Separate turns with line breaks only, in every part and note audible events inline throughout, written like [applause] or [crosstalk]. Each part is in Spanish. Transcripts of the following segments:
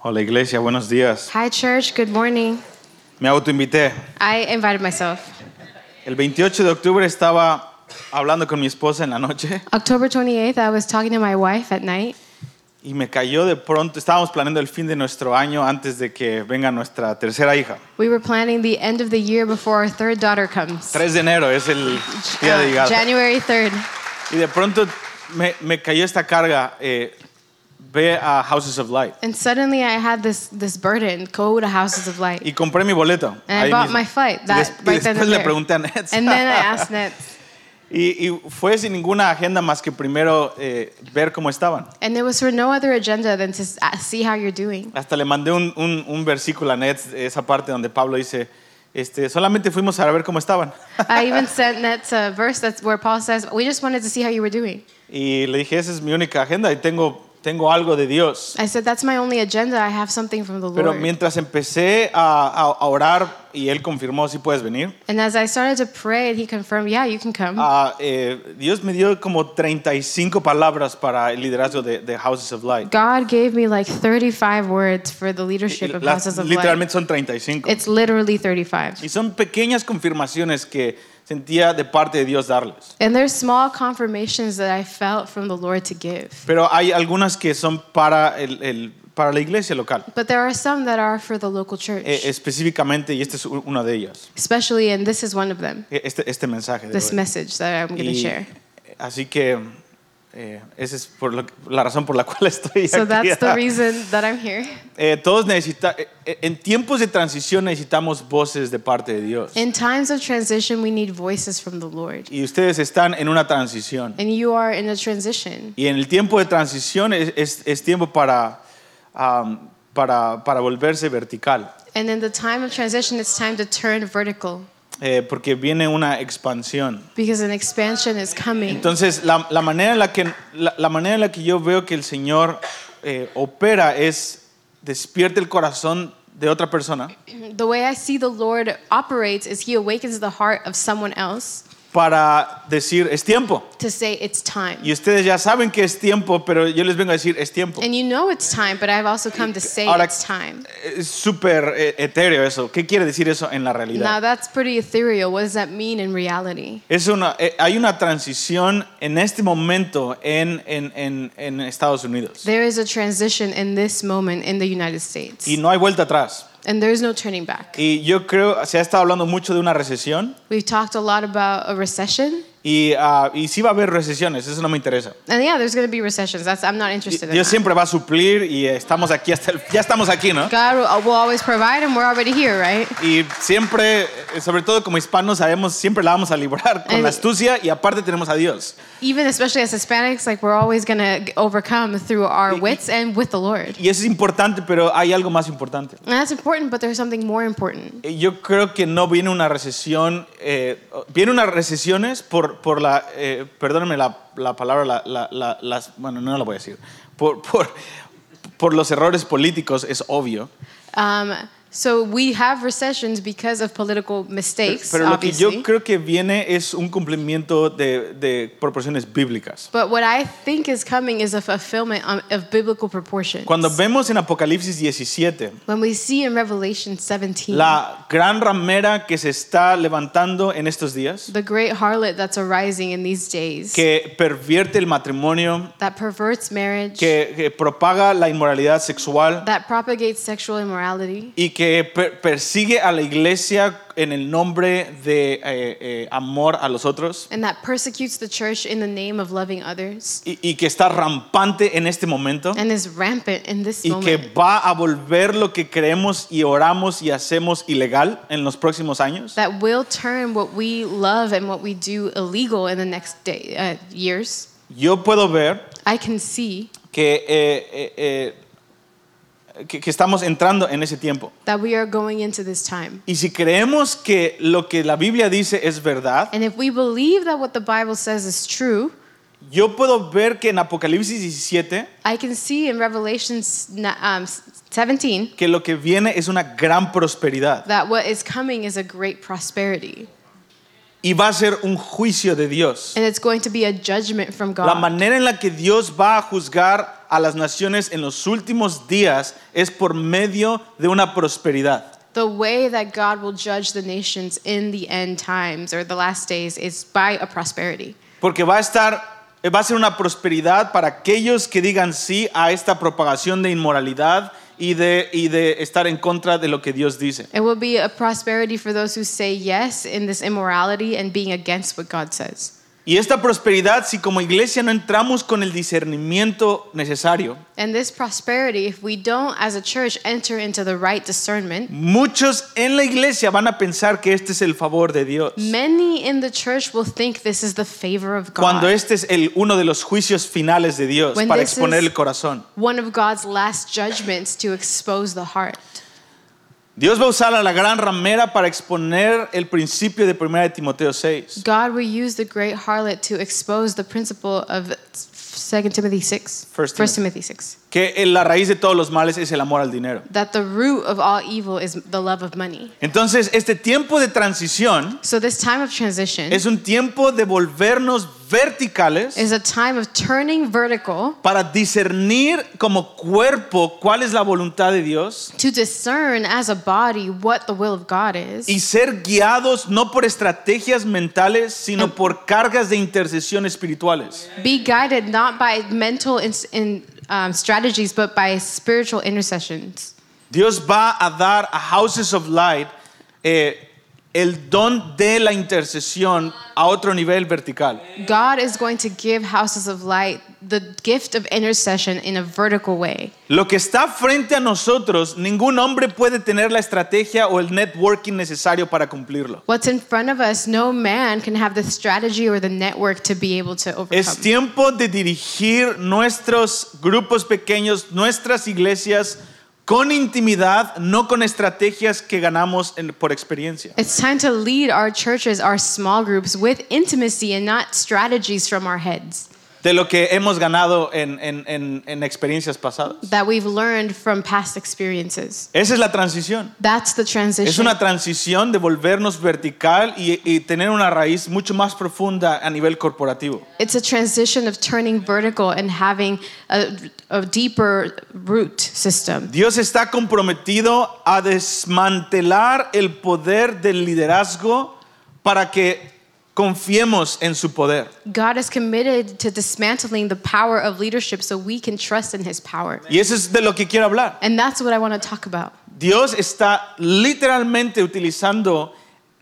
Hola iglesia, buenos días.
Hi, church. Good morning.
Me autoinvité.
I invited myself.
El 28 de octubre estaba hablando con mi esposa en la noche
October 28th, I was talking to my wife at night,
y me cayó de pronto, estábamos planeando el fin de nuestro año antes de que venga nuestra tercera hija.
we were planning the end of the year before our third daughter comes.
3 de enero es el día de
Uh,
llegada.
January 3rd.
Y de pronto me, me cayó esta carga, eh, ve a Houses of Light.
And suddenly I had this, this burden go to Houses of Light.
Y compré mi boleto.
And I
ahí
bought
mismo.
my flight
Y
that-
des- y
right then and
después le
there.
pregunté a Nets.
And then I asked Ned.
[laughs] y, y fue sin ninguna agenda más que primero eh, ver cómo estaban.
And it was for no other agenda than to s- uh, see how
[laughs]
you're doing.
Hasta le mandé un, un- un versículo a Nets, esa parte donde Pablo dice, este, solamente fuimos a ver cómo estaban.
I even sent Ned a verse that's where Paul says, We just wanted to see how you were doing.
Y le dije, esa es mi única agenda y tengo, tengo algo de Dios.
I said, That's my only agenda. I have something from the
Pero
Lord.
mientras empecé a, a- a orar y él confirmó, si puedes venir,
And as I started to pray, he confirmed, Yeah, you can come.
ah, eh, Dios me dio como 35 palabras para el liderazgo de, de Houses of Light.
God gave me like 35 words for the
Y- y
leadership of
las-
Houses of Light.
literalmente son 35.
It's literally 35.
Y son pequeñas confirmaciones que sentía de parte de Dios darles.
And there's small confirmations that I felt from the Lord to give.
Pero hay algunas que son para, el, el- para la iglesia local,
But there are some that are for the local church,
eh, específicamente, y esta es u- una de ellas,
especially, and this is one of them,
eh, este, este mensaje. de
this
hoy.
message that I'm going to
Y,
share.
[laughs] Así que eh, esa es por lo que- la razón por la [laughs] cual estoy
So
aquí.
that's the reason that I'm here.
[laughs] Eh, todos necesita, eh, eh, en tiempos de transición necesitamos voces de parte de Dios.
In times of transition, we need voices from the Lord.
Y ustedes están en una transición.
And you are in a transition.
Y en el tiempo de transición es, es- es tiempo para, am, para, para volverse vertical,
And in the time of transition, it's time to turn vertical
eh, porque viene una expansión.
because an expansion is coming.
Entonces, la, la manera en la que, la, la manera en la que yo veo que el Señor eh, opera es despierte el corazón de otra persona
[clears throat] The way I see the Lord operates is he awakens the heart of someone else
para decir, es tiempo.
to say it's time.
Y ustedes ya saben que es tiempo, pero yo les vengo a decir, es tiempo.
And you know it's time, but I've also come to say
Ahora-
it's time.
Es súper eh, etéreo eso. ¿Qué quiere decir eso en la
Now
realidad?
that's pretty ethereal. What does that mean in reality?
Es una, eh, hay una transición en este momento en, en- en- en Estados Unidos.
There is a transition in this moment in the United States,
Y no hay vuelta atrás.
and there's no turning back.
Y yo creo, se ha estado hablando mucho de una recesión.
We've talked a lot about a recession,
Y, ah, y sí va a haber recesiones, eso no me interesa.
and yeah, there's going to be recessions. That's I'm not
Y-
interested in
Dios
that.
siempre va a suplir y estamos aquí hasta el- ya estamos aquí, ¿no?
God will, will always provide, and we're already here, right?
Y siempre, eh, sobre todo como hispanos, sabemos, siempre la vamos a librar con
El-
la astucia y aparte tenemos a Dios.
Even especially as Hispanics, like we're always going to overcome through our wits and with the Lord.
Y eso es importante, pero hay algo más importante.
And that's important, but there's something more important.
Eh, Yo creo que no viene una recesión, eh, viene unas recesiones por, por la, eh, perdónenme la, la palabra, la- la- la- las, bueno, no la voy a decir, por, por, por los errores políticos, es obvio.
Um, so we have recessions because of political mistakes,
Pero lo que
obviously.
yo creo que viene es un cumplimiento de, de proporciones bíblicas.
But what I think is coming is a fulfillment um, of biblical proportions.
Cuando vemos en Apocalipsis 17
when we see in Revelation 17
la gran ramera que se está levantando en estos días,
the great harlot that's arising in these days
que pervierte el matrimonio,
that perverts marriage,
que, que propaga la inmoralidad sexual
that propagates sexual immorality,
y que per- persigue a la iglesia en el nombre de eh, eh, amor a los otros
and that persecutes the church in the name of loving others,
y, y que está rampante en este momento
and is rampant in this
y que
moment.
va a volver lo que creemos y oramos y hacemos ilegal en los próximos años.
that will turn what we love and what we do illegal in the next day, uh, years.
Yo puedo ver
I can see
que, eh, eh, eh, que, que estamos entrando en ese tiempo.
that we are going into this time.
Y si creemos que lo que la Biblia dice es verdad,
And if we believe that what the Bible says is true,
yo puedo ver que en Apocalipsis 17
I can see in Revelation s- na- um, s- 17
que lo que viene es una gran prosperidad.
that what is coming is a great prosperity.
y va a ser un juicio de Dios.
And it's going to be a judgment from
La
God.
manera en la que Dios va a juzgar a las naciones en los últimos días es por medio de una prosperidad.
The way that God will judge the nations in the end times or the last days is by a prosperity.
Porque va a estar, va a ser una prosperidad para aquellos que digan sí a esta propagación de inmoralidad y de, y de estar en contra de lo que Dios dice.
It will be a prosperity for those who say yes in this immorality and being against what God says.
Y esta prosperidad, si como iglesia no entramos con el discernimiento necesario,
And this prosperity, if we don't as a church enter into the right discernment,
muchos en la iglesia van a pensar que este es el favor de Dios.
many in the church will think this is the favor of God.
Cuando este es el, uno de los juicios finales de Dios
When
para
this
exponer
is-
el corazón.
One of God's last judgments to expose the heart.
Dios va a usar a la gran ramera para exponer el principio de 1 de Timoteo 6.
God will use the great harlot to expose the principle of 2 Timothy 6,
First
First Timothy 6,
Que el- la raíz de todos los males es el amor al dinero.
that the root of all evil is the love of money.
Entonces, este tiempo de transición
So this time of transition
es un tiempo de volvernos verticales
is a time of turning vertical
para discernir como cuerpo cuál es la voluntad de Dios
to discern as a body what the will of God is
y ser guiados no por estrategias mentales, sino por cargas de intercesión espirituales.
be guided not by mental in, in, um, strategies, but by spiritual intercessions.
Dios va a dar a Houses of Light eh, el don de la intercesión a otro nivel vertical.
God is going to give houses of light the gift of intercession in a vertical way.
Lo que está frente a nosotros, ningún hombre puede tener la estrategia o el networking necesario para cumplirlo.
What's in front of us, no man can have the strategy or the network to be able to overcome.
Es tiempo de dirigir nuestros grupos pequeños, nuestras iglesias, con intimidad, no con estrategias que ganamos en- por experiencia.
It's time to lead our churches, our small groups with intimacy and not strategies from our heads
De lo que hemos ganado en, en- en- en experiencias pasadas.
that we've learned from past experiences.
Esa es la transición.
That's the
Es
transition.
una transición de volvernos vertical y, y tener una raíz mucho más profunda a nivel corporativo.
It's a transition of turning vertical and having a, a deeper root system.
Dios está comprometido a desmantelar el poder del liderazgo para que confiemos en su poder.
God is committed to dismantling the power of leadership so we can trust in his power.
Y eso es de lo que quiero hablar.
And that's what I want to talk about.
Dios está literalmente utilizando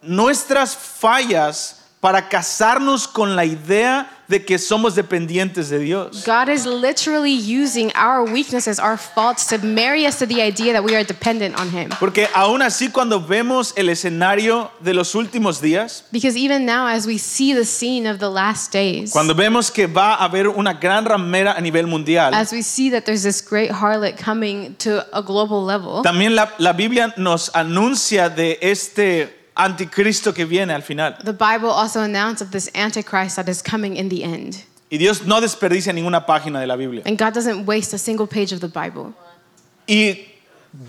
nuestras fallas para casarnos con la idea de que somos dependientes de Dios.
God is literally using our weaknesses, our faults, to marry us to the idea that we are dependent on Him.
Porque aún así cuando vemos el escenario de los últimos días,
Because even now, as we see the scene of the last days,
Cuando vemos que va a haber una gran ramera a nivel mundial,
as we see that there's this great harlot coming to a global level,
también la, la Biblia nos anuncia de este anticristo que viene al final.
the Bible also announced of this Antichrist that is coming in the end.
Y Dios no desperdicia ninguna página de la Biblia.
And God doesn't waste a single page of the Bible.
Y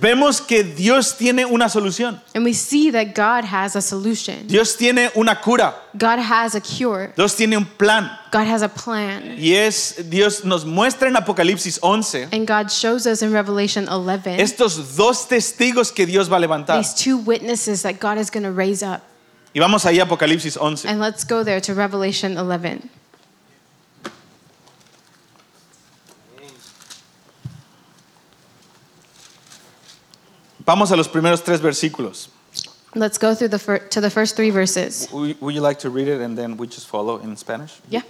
vemos que Dios tiene una solución.
And we see that God has a solution,
Dios tiene una cura.
God has a cure,
Dios tiene un plan.
God has a plan.
Y es, Dios nos muestra en Apocalipsis 11
And God shows us in Revelation 11
estos dos testigos que Dios va a levantar.
these two witnesses that God is going to raise up.
Y vamos ahí a Apocalipsis 11.
And let's go there to Revelation 11.
Vamos a los primeros tres versículos.
Let's go through the fir- to the first three verses.
Would would you like to read it and then we just follow in Spanish?
Yeah.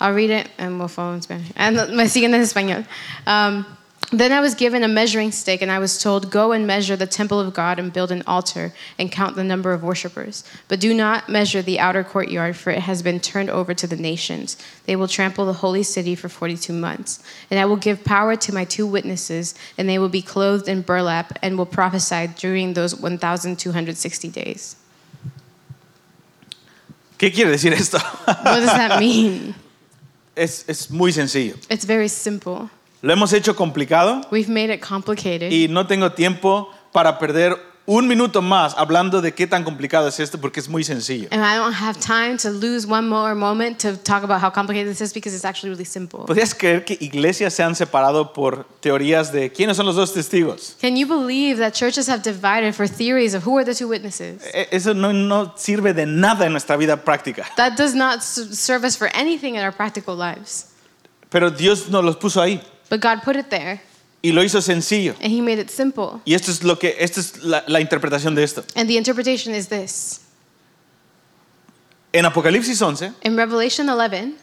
I'll read it and we'll follow in Spanish. And [laughs] me siguen en español. Um, then I was given a measuring stick and I was told, Go and measure the temple of God and build an altar and count the number of worshippers. But do not measure the outer courtyard, for it has been turned over to the nations. They will trample the holy city for 42 months. And I will give power to my two witnesses, and they will be clothed in burlap and will prophesy during those 1,260 days.
¿Qué quiere decir esto? [laughs]
What does that [laughs] mean?
es, es muy sencillo.
It's very simple.
Lo hemos hecho complicado
We've made it complicated.
y no tengo tiempo para perder un minuto más hablando de qué tan complicado es esto porque es muy sencillo.
And I don't have time to lose one more moment to talk about how complicated this is because it's actually really simple.
¿Podrías creer que iglesias se han separado por teorías de quiénes son los dos testigos?
Can you believe that churches have divided for theories of who are the two witnesses?
E- Eso no, no sirve de nada en nuestra vida práctica.
That does not s- serve us for anything in our practical lives.
Pero Dios nos los puso ahí
But God put it there,
y lo hizo sencillo.
and He made it simple.
Y esto es lo que esta es la, la interpretación de esto.
And the interpretation is this
En Apocalipsis 11
In Revelation 11,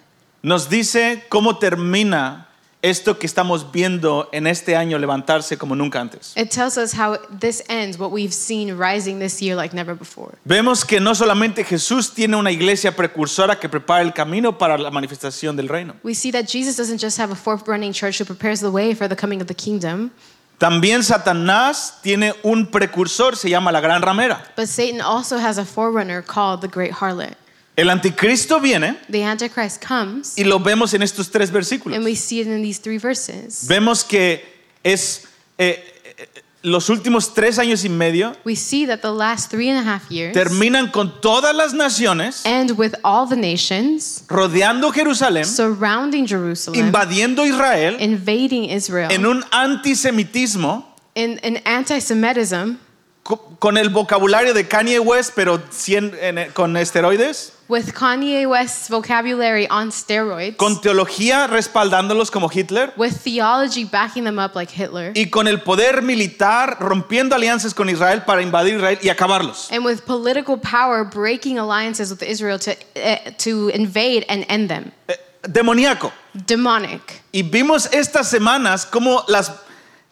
nos dice cómo termina esto que estamos viendo en este año levantarse como nunca antes.
it tells us how this ends, what we've seen rising this year like never before.
Vemos que no solamente Jesús tiene una iglesia precursora que prepara el camino para la manifestación del reino.
We see that Jesus doesn't just have a forefrunning church who prepares the way for the coming of the kingdom,
También Satanás tiene un precursor, se llama la gran ramera.
but Satan also has a forerunner called the Great Harlot.
El anticristo viene
The Antichrist comes,
y lo vemos en estos tres versículos.
and we see it in these three verses.
Vemos que es eh, eh, los últimos tres años y medio
We see that the last three and a half years
terminan con todas las naciones
end with all the nations
rodeando Jerusalén,
surrounding Jerusalem,
invadiendo Israel
invading Israel,
en un antisemitismo
in an anti Semitism
co- con el vocabulario de Kanye West, pero cien- en- eh, con esteroides,
with Kanye West's vocabulary on steroids,
con teología respaldándolos como Hitler
with theology backing them up like Hitler,
y con el poder militar rompiendo alianzas con Israel para invadir Israel y acabarlos.
and with political power breaking alliances with Israel to, eh, to invade and end them.
Eh, demoníaco.
Demonic.
Y vimos estas semanas cómo las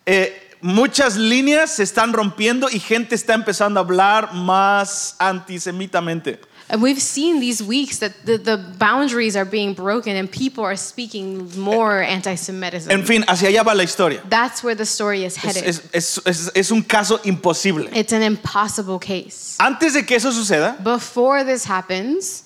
eh, muchas líneas se están rompiendo y gente está empezando a hablar más antisemitamente.
And we've seen these weeks that the, the boundaries are being broken and people are speaking more anti
En
Semitism.
fin, hacia allá va la historia.
That's where the story is
Es,
headed.
es- es- es- es un caso imposible.
It's an impossible case.
Antes de que eso suceda,
Before this happens,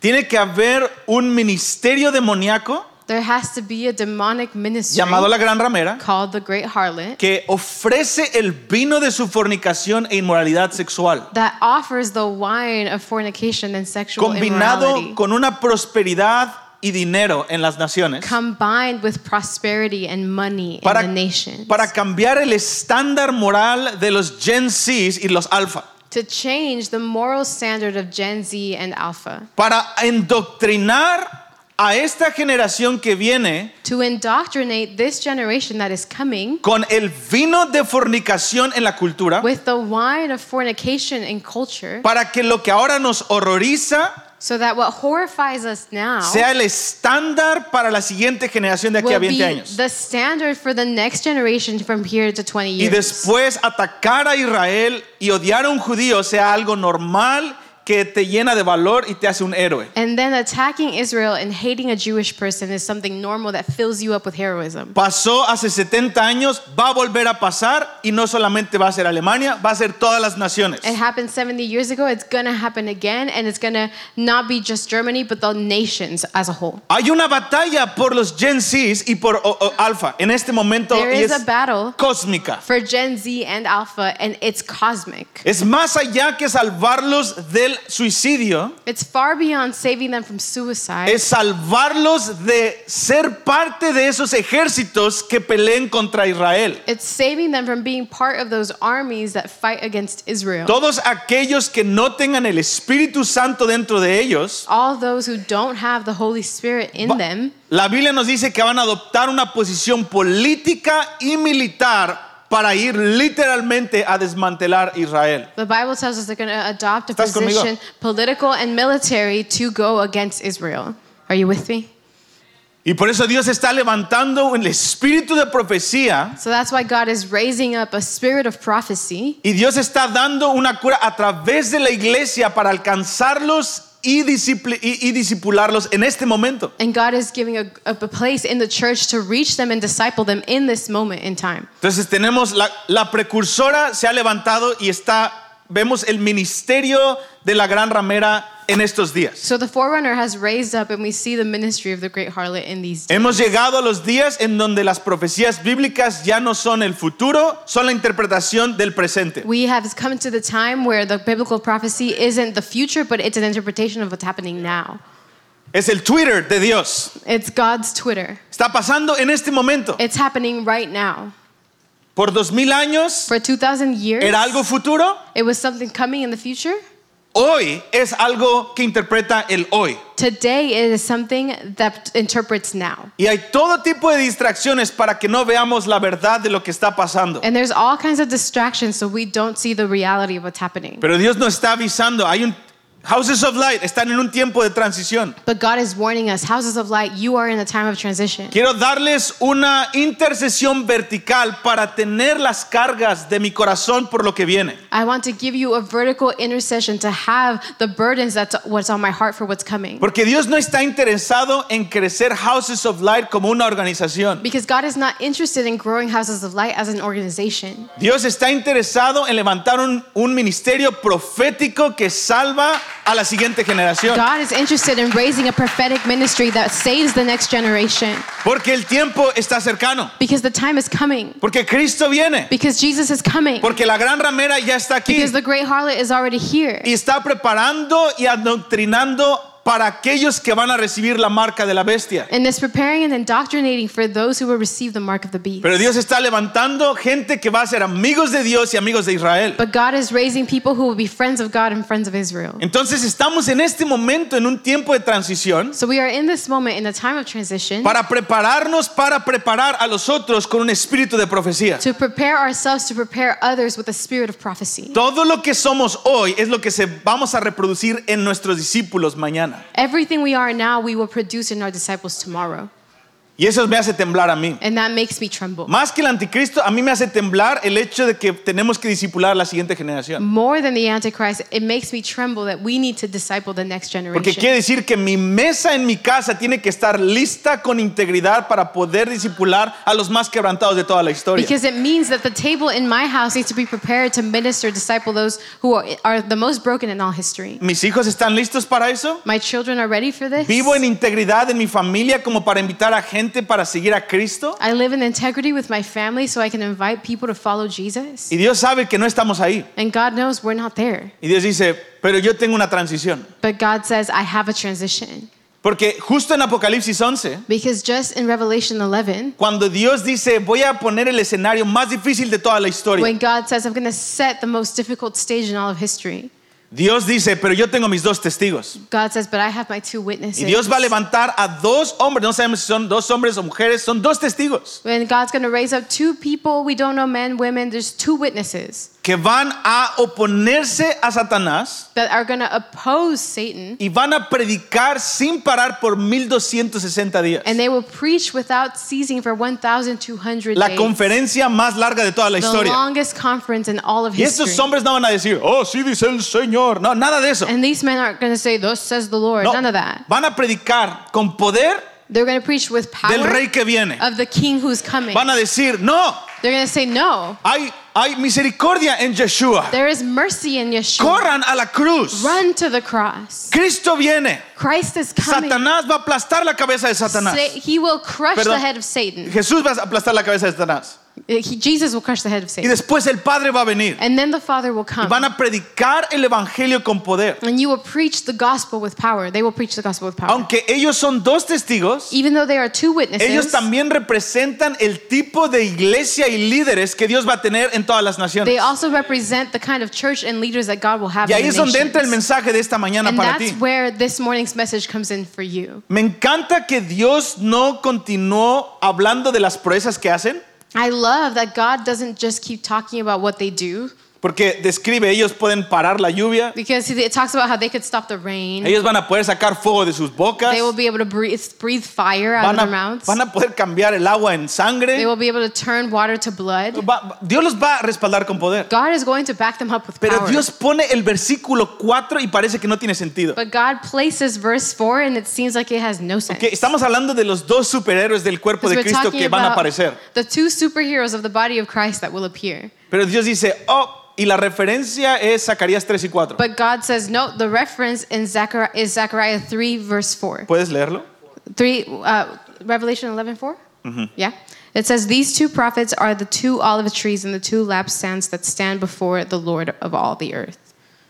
tiene que haber un ministerio demoníaco
there has to be a demonic ministry
llamado la Gran Ramera
called the Great Harlot
que ofrece el vino de su fornicación e inmoralidad sexual,
that offers the wine of fornication and sexual
combinado
immorality,
con una prosperidad y dinero en las naciones,
combined with prosperity and money
para,
in the nations,
para cambiar el estándar moral de los Gen Zs y los Alfa,
to change the moral standard of Gen Z and Alpha,
para endoctrinar a esta generación que viene
to indoctrinate this generation that is coming
con el vino de fornicación en la cultura
with the wine of fornication and culture,
para que lo que ahora nos horroriza
so that what horrifies us now.
sea el estándar para la siguiente generación de aquí a
will
20
be
años.
the standard for the next generation from here to 20
Y
years.
después atacar a Israel y odiar a un judío sea algo normal que te llena de valor y te hace un héroe.
and then attacking Israel and hating a Jewish person is something normal that fills you up with heroism.
Pasó hace 70 años, va a volver a pasar y no solamente va a ser Alemania, va a ser todas las naciones.
It happened 70 years ago. It's going to happen again. And it's going to not be just Germany, but the nations as a whole.
Hay una batalla por los Gen Zs y por o- o- Alfa en este momento
There
y
is a
es
battle
cósmica.
for Gen Z and Alpha, and it's cosmic.
Es más allá que salvarlos del suicidio,
It's far beyond saving them from suicide.
es salvarlos de ser parte de esos ejércitos que peleen contra Israel.
It's saving them from being part of those armies that fight against Israel.
Todos aquellos que no tengan el Espíritu Santo dentro de ellos,
all those who don't have the Holy Spirit in
va-
them,
la Biblia nos dice que van a adoptar una posición política y militar para ir literalmente a desmantelar Israel.
the Bible tells us they're going to adopt a
¿Estás conmigo?
position, political and military, to go against Israel. Are you with me?
Y por eso Dios está levantando el espíritu de profecía
So that's why God is raising up a spirit of prophecy,
y Dios está dando una cura a través de la iglesia para alcanzarlos y, discipli- y- y discipularlos en este momento.
and God is giving a, a place in the church to reach them and disciple them in this moment in time.
Entonces tenemos la, la precursora se ha levantado y está, vemos el ministerio de la gran ramera en estos días.
So the forerunner has raised up, and we see the ministry of the great harlot in these days.
Hemos llegado a los días en donde las profecías bíblicas ya no son el futuro, son la interpretación del presente.
We have come to the time where the biblical prophecy isn't the future, but it's an interpretation of what's happening now.
Es el Twitter de Dios.
It's God's Twitter.
Está pasando en este momento.
It's happening right now.
Por dos mil años
For 2,000 years,
era algo futuro,
it was something coming in the future.
hoy es algo que interpreta el hoy.
Today it is something that interprets now.
Y hay todo tipo de distracciones para que no veamos la verdad de lo que está pasando.
And there's all kinds of distractions, so we don't see the reality of what's happening.
Pero Dios nos está avisando. Hay un Houses of Light están en un tiempo de transición.
But God is warning us, houses of light, you are in a time of transition.
Quiero darles una intercesión vertical para tener las cargas de mi corazón por lo que viene.
I want to give you a vertical intercession to have the burdens that's what's on my heart for what's coming.
Porque Dios no está interesado en crecer Houses of Light como una organización.
Because God is not interested in growing houses of light as an organization.
Dios está interesado en levantar un, un ministerio profético que salva a la siguiente generación.
God is interested in raising a prophetic ministry that saves the next generation.
Porque el tiempo está cercano.
Because the time is coming.
Porque Cristo viene.
Because Jesus is coming.
Porque la gran ramera ya está aquí.
Because the great harlot is already here.
Y está preparando y adoctrinando para aquellos que van a recibir la marca de la bestia.
And is preparing and indoctrinating for those who will receive the mark of the beast.
Pero Dios está levantando gente que va a ser amigos de Dios y amigos de Israel.
But God is raising people who will be friends of God and friends of Israel.
Entonces estamos en este momento, en un tiempo de transición,
So we are in this moment in a time of transition
para prepararnos para preparar a los otros con un espíritu de profecía.
to prepare ourselves to prepare others with the spirit of prophecy.
Todo lo que somos hoy es lo que se vamos a reproducir en nuestros discípulos mañana.
Everything we are now, we will produce in our disciples tomorrow.
Y eso me hace temblar a mí.
And that makes me tremble.
Más que el anticristo, a mí me hace temblar el hecho de que tenemos que discipular a la siguiente generación.
More than the Antichrist, it makes me tremble that we need to disciple the next
Porque
generation.
quiere decir que mi mesa en mi casa tiene que estar lista con integridad para poder discipular a los más quebrantados de toda la historia.
Because it means that the table in my house needs to be prepared to minister, disciple those who are, are the most broken in all history.
¿Mis hijos están listos para eso?
My children are ready for this.
¿Vivo en integridad en mi familia como para invitar a gente para seguir a Cristo?
I live in integrity with my family so I can invite people to follow Jesus.
Y Dios sabe que no estamos ahí.
And God knows we're not there.
Y Dios dice, pero yo tengo una transición.
But God says, I have a transition.
Porque justo en Apocalipsis 11,
Because just in Revelation 11,
cuando Dios dice, voy a poner el escenario más difícil de toda la historia,
when God says, I'm going to set the most difficult stage in all of history,
Dios dice, pero yo tengo mis dos testigos.
God says, But I have my two witnesses.
Y Dios va a levantar a dos hombres, no sabemos si son dos hombres o mujeres, son dos testigos
when God's going to raise up two people, we don't know men, women, there's two witnesses
que van a oponerse a Satanás
that are going to oppose Satan
y van a predicar sin parar por 1260 días.
and they will preach without ceasing for 1,200
La
days.
conferencia más larga de toda la
the
historia.
longest conference in all of
Y estos
history.
hombres no van a decir, oh, sí dice el Señor. No, nada de eso.
And these men aren't going to say, Thus says the Lord.
No,
None of that.
van a predicar con poder
They're going to preach with
del
power
rey que viene.
of the king who's coming.
Van a decir, no,
They're going to say, No,
hay, hay misericordia en Yeshua.
there is mercy in Yeshua.
Corran a la cruz.
Run to the cross.
Cristo viene.
Christ is coming.
Satanás va a aplastar la cabeza de Satanás.
Sa- he will crush
Perdón.
the head of Satan.
Jesús va a aplastar la cabeza de Satanás.
Uh, He- Jesus will crush the head of
Y
Satan.
después el Padre va a venir.
And then the Father will
Y
come.
van a predicar el Evangelio con poder.
And you will preach the gospel with power. They will preach the gospel with power.
Aunque ellos son dos testigos,
Even though they are two witnesses,
ellos también representan el tipo de iglesia y líderes que Dios va a tener en todas las
they
naciones.
also represent the kind of church and leaders that God will have
Y
in
ahí
the
es donde entra el
nations.
mensaje de esta mañana
And
para
that's
ti.
where this morning's message comes in for you.
Me encanta que Dios no continuó hablando de las proezas que hacen,
I love that God doesn't just keep talking about what they do
porque describe, ellos pueden parar la lluvia,
because it talks about how they could stop the rain.
ellos van a poder sacar fuego de sus bocas,
They will be able to breathe, breathe fire out
van
of their
a,
mouths.
van a poder cambiar el agua en
They
sangre.
will be able to turn water to blood.
Va- va- Dios los va a respaldar con poder.
God is going to back them up with
Pero
power.
Dios pone el versículo 4 y parece que no tiene sentido.
But God places verse 4 and it seems like it has no sense.
Que estamos hablando de los dos superhéroes del cuerpo de
Because we're
Cristo
talking
que van a
about
aparecer.
the two superheroes of the body of Christ that will appear.
Pero Dios dice, oh, y la referencia es Zacarías 3 y 4.
But God says, no, the reference in Zechariah is Zechariah 3, verse 4.
¿Puedes leerlo?
3, uh, Revelation 11, 4?
Mm-hmm.
Yeah. It says, These two prophets are the two olive trees and the two lampstands that stand before the Lord of all the earth.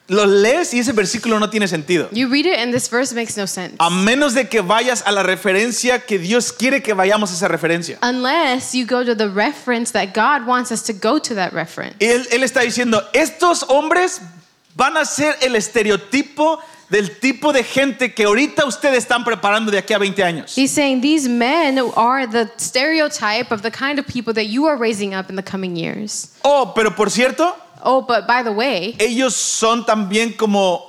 Lo lees y ese versículo no tiene sentido.
You read it, and this verse makes no sense.
A menos de que vayas a la referencia que Dios quiere que vayamos a esa referencia.
Unless you go to the reference that God wants us to go to that reference.
Él, él está diciendo, estos hombres van a ser el estereotipo del tipo de gente que ahorita ustedes están preparando de aquí a 20 años.
He's saying these men are the stereotype of the kind of people that you are raising up in the coming years.
Oh, pero por cierto,
Oh, but by the way,
ellos son también como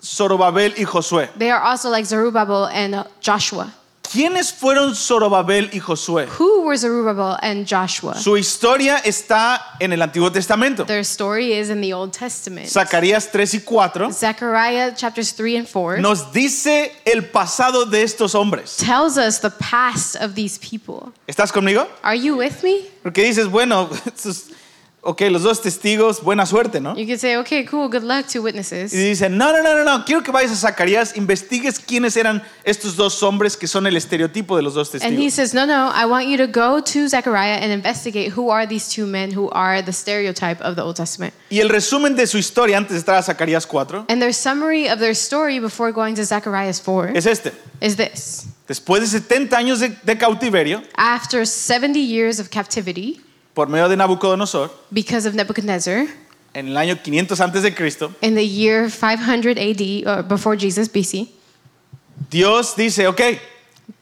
Zorobabel y Josué.
they are also like Zerubbabel and uh, Joshua.
¿Quiénes fueron Zorobabel y Josué?
Who were Zerubbabel and Joshua?
Su historia está en el Antiguo Testamento.
Their story is in the Old Testament.
Zacarías 3 y 4
Zechariah chapters 3 and 4
nos dice el pasado de estos hombres.
tells us the past of these people.
¿Estás conmigo?
Are you with me?
Porque dices, bueno, [laughs] estos- ok, los dos testigos, buena suerte, ¿no?
You could say, okay, cool, good luck, two
Y
witnesses.
dicen, no, no, no, no, no, quiero que vayas a Zacarías, investigues quiénes eran estos dos hombres que son el estereotipo de los dos
And he
testigos.
says, no, no, I want you to go to Zechariah and investigate who are these two men who are the stereotype of the Old Testament.
Y el resumen de su historia antes de entrar a Zacarías 4
And their summary of their story before going to Zechariah 4
es este.
is this.
Después de 70 años de, de cautiverio,
After 70 years of captivity
por medio de Nabucodonosor,
because of Nebuchadnezzar,
en el año 500 antes de Cristo,
in the year 500 AD, or before Jesus, BC,
Dios dice, ok,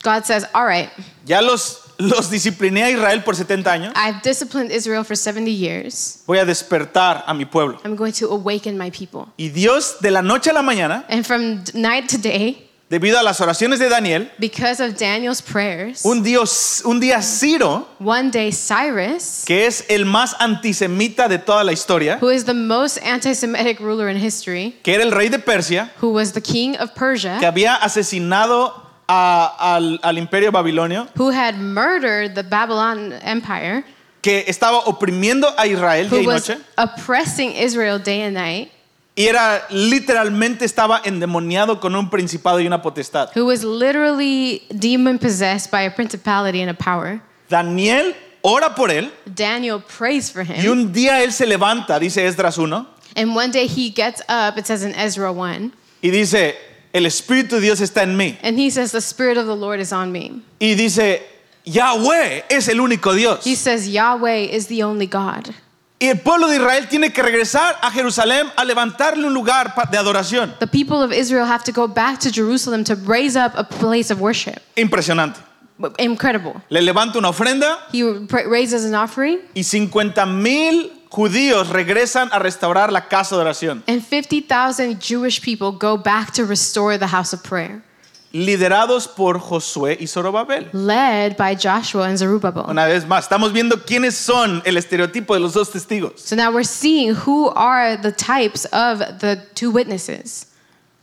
God says, all right,
ya los, los discipliné a Israel por 70 años,
I've disciplined Israel for 70 years.
voy a despertar a mi pueblo.
I'm going to awaken my people.
Y Dios, de la noche a la mañana,
And from d- night to day,
debido a las oraciones de Daniel,
because of Daniel's prayers,
un, Dios, un día Ciro,
one day Cyrus,
que es el más antisemita de toda la historia,
who is the most anti Semitic ruler in history,
que era el rey de Persia,
who was the king of
que
Persia,
había asesinado a- al, al imperio babilonio,
who had murdered the Babylon Empire,
que estaba oprimiendo a Israel día
who
y
was
noche,
oppressing Israel day and night,
y era literalmente estaba endemoniado con un principado y una potestad.
who was literally demon possessed by a principality and a power.
Daniel ora por él
Daniel prays for
y
him.
un día él se levanta, dice Esdras 1,
And one day he gets up, it says in Ezra 1,
y dice, el Espíritu de Dios está en mí.
and he says, The Spirit of the Lord is on me.
Y dice, Yahweh es el único Dios.
He says, Yahweh is the only God.
Y el pueblo de Israel tiene que regresar a Jerusalén a levantarle un lugar pa- de adoración.
The people of Israel have to go back to Jerusalem to raise up a place of worship.
Impresionante.
Incredible.
Le levanta una ofrenda
He pra- raises an offering,
y 50 mil judíos regresan a restaurar la casa de oración,
and 50,000 Jewish people go back to restore the house of prayer,
liderados por Josué y Zorobabel.
led by Joshua and Zerubbabel.
Una vez más, estamos viendo quiénes son el estereotipo de los dos testigos.
So now we're seeing who are the types of the two witnesses.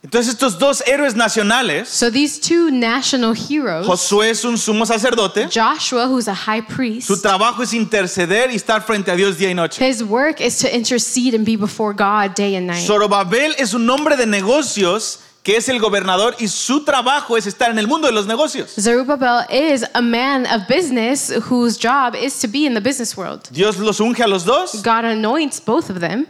Entonces estos dos héroes nacionales,
So these two national heroes,
Josué es un sumo sacerdote,
Joshua, who's a high
su
priest,
trabajo es interceder y estar frente a Dios día y noche.
his work is to intercede and be before God day and night.
Zorobabel es un hombre de negocios que es el gobernador y su trabajo es estar en el mundo de los negocios.
Zerubbabel is a man of business whose job is to be in the business world.
Dios los unge a los dos.
God anoints both of them.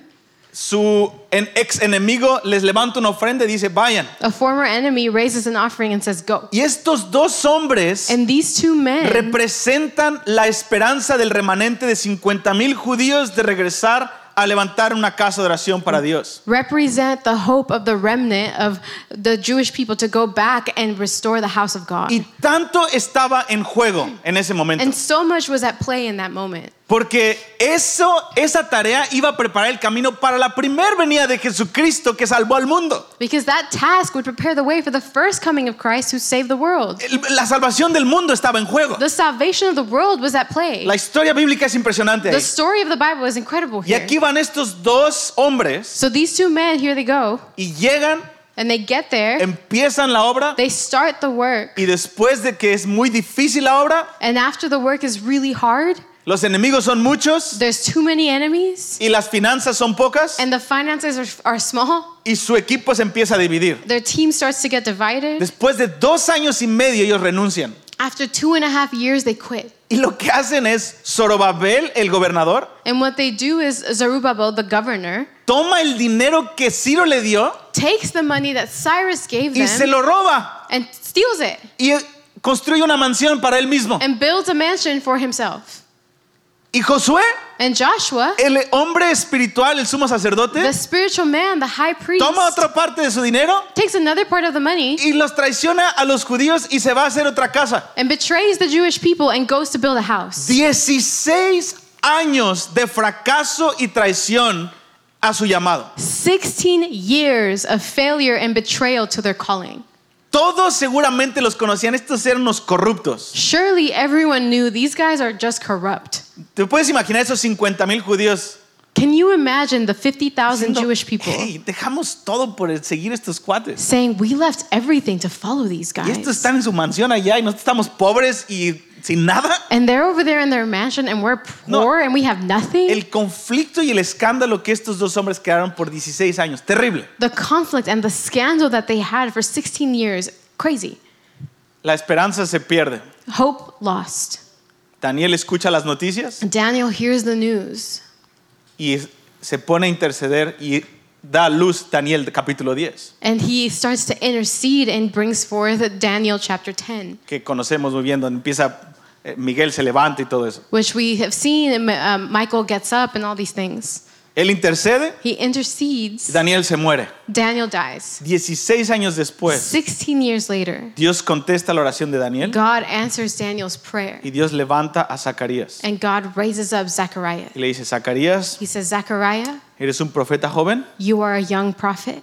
Su en- ex enemigo les levanta una ofrenda y dice, vayan.
A former enemy raises an offering and says, Go.
Y estos dos hombres
And these two men
representan la esperanza del remanente de 50 mil judíos de regresar a levantar una casa de oración para Dios.
represent the hope of the remnant of the Jewish people to go back and restore the house of God.
Y tanto estaba en juego en ese momento.
And so much was at play in that moment
Porque eso, esa tarea iba a preparar el camino para la primer venida de Jesucristo que salvó al mundo.
because that task would prepare the way for the first coming of Christ who saved the world.
El- La salvación del mundo estaba en juego.
The salvation of the world was at play.
La historia bíblica es impresionante. ahí.
The story of the Bible is incredible
Y
here.
aquí van estos dos hombres
So these two men, here they go,
y llegan,
and they get there,
empiezan la obra
they start the work,
y después de que es muy difícil la obra,
and after the work is really hard,
Los enemigos son muchos
There's too many enemies,
y las finanzas son pocas
and the finances are, are small.
y su equipo se empieza a dividir.
Their team starts to get divided.
Después de dos años y medio ellos renuncian.
After two and a half years, they quit.
Y lo que hacen es, Zorobabel, el gobernador,
And what they do is Zerubbabel, the governor,
toma el dinero que Ciro le dio
takes the money that Cyrus gave
y se
them
lo roba
and steals it
y construye una mansión para él mismo.
and builds a mansion for himself.
Y Josué,
And Joshua,
el hombre espiritual, el sumo sacerdote,
the spiritual man, the high priest,
toma otra parte de su dinero
takes another part of the money
y los traiciona a los judíos y se va a hacer otra casa.
and betrays the Jewish people and goes to build a house.
16 años de fracaso y traición a su llamado.
16 years of failure and betrayal to their calling.
Todos seguramente los conocían, estos eran los corruptos.
Surely everyone knew these guys are just corrupt.
¿Te puedes imaginar esos 50 mil judíos?
Can you imagine the 50,000
diciendo,
Jewish people
"Hey, dejamos todo por seguir estos cuates.
saying, We left everything to follow these
Y estos
guys?
están en su mansión allá y nosotros estamos pobres y sin nada.
And they're over there in their mansion and we're poor
No.
and we have nothing?
El conflicto y el escándalo que estos dos hombres crearon por 16 años, terrible.
the conflict and the scandal that they had for 16 years, crazy.
La esperanza se pierde.
Hope lost.
Daniel escucha las noticias
Daniel hears the news
y es- se pone a interceder y da a luz Daniel capítulo 10,
and he starts to intercede and brings forth Daniel chapter 10,
que conocemos muy bien, donde empieza eh, Miguel se levanta y todo eso.
which we have seen. and, Um, Michael gets up and all these things.
Él intercede
He
y
intercedes.
Daniel se muere.
Daniel dies.
16 años después,
16 years later,
Dios contesta la oración de Daniel
God answers Daniel's prayer
Y Dios levanta a Zacarías
and God raises up Zechariah.
y le dice, Zacarías,
He says, Zechariah,
eres un profeta joven,
you are a young prophet.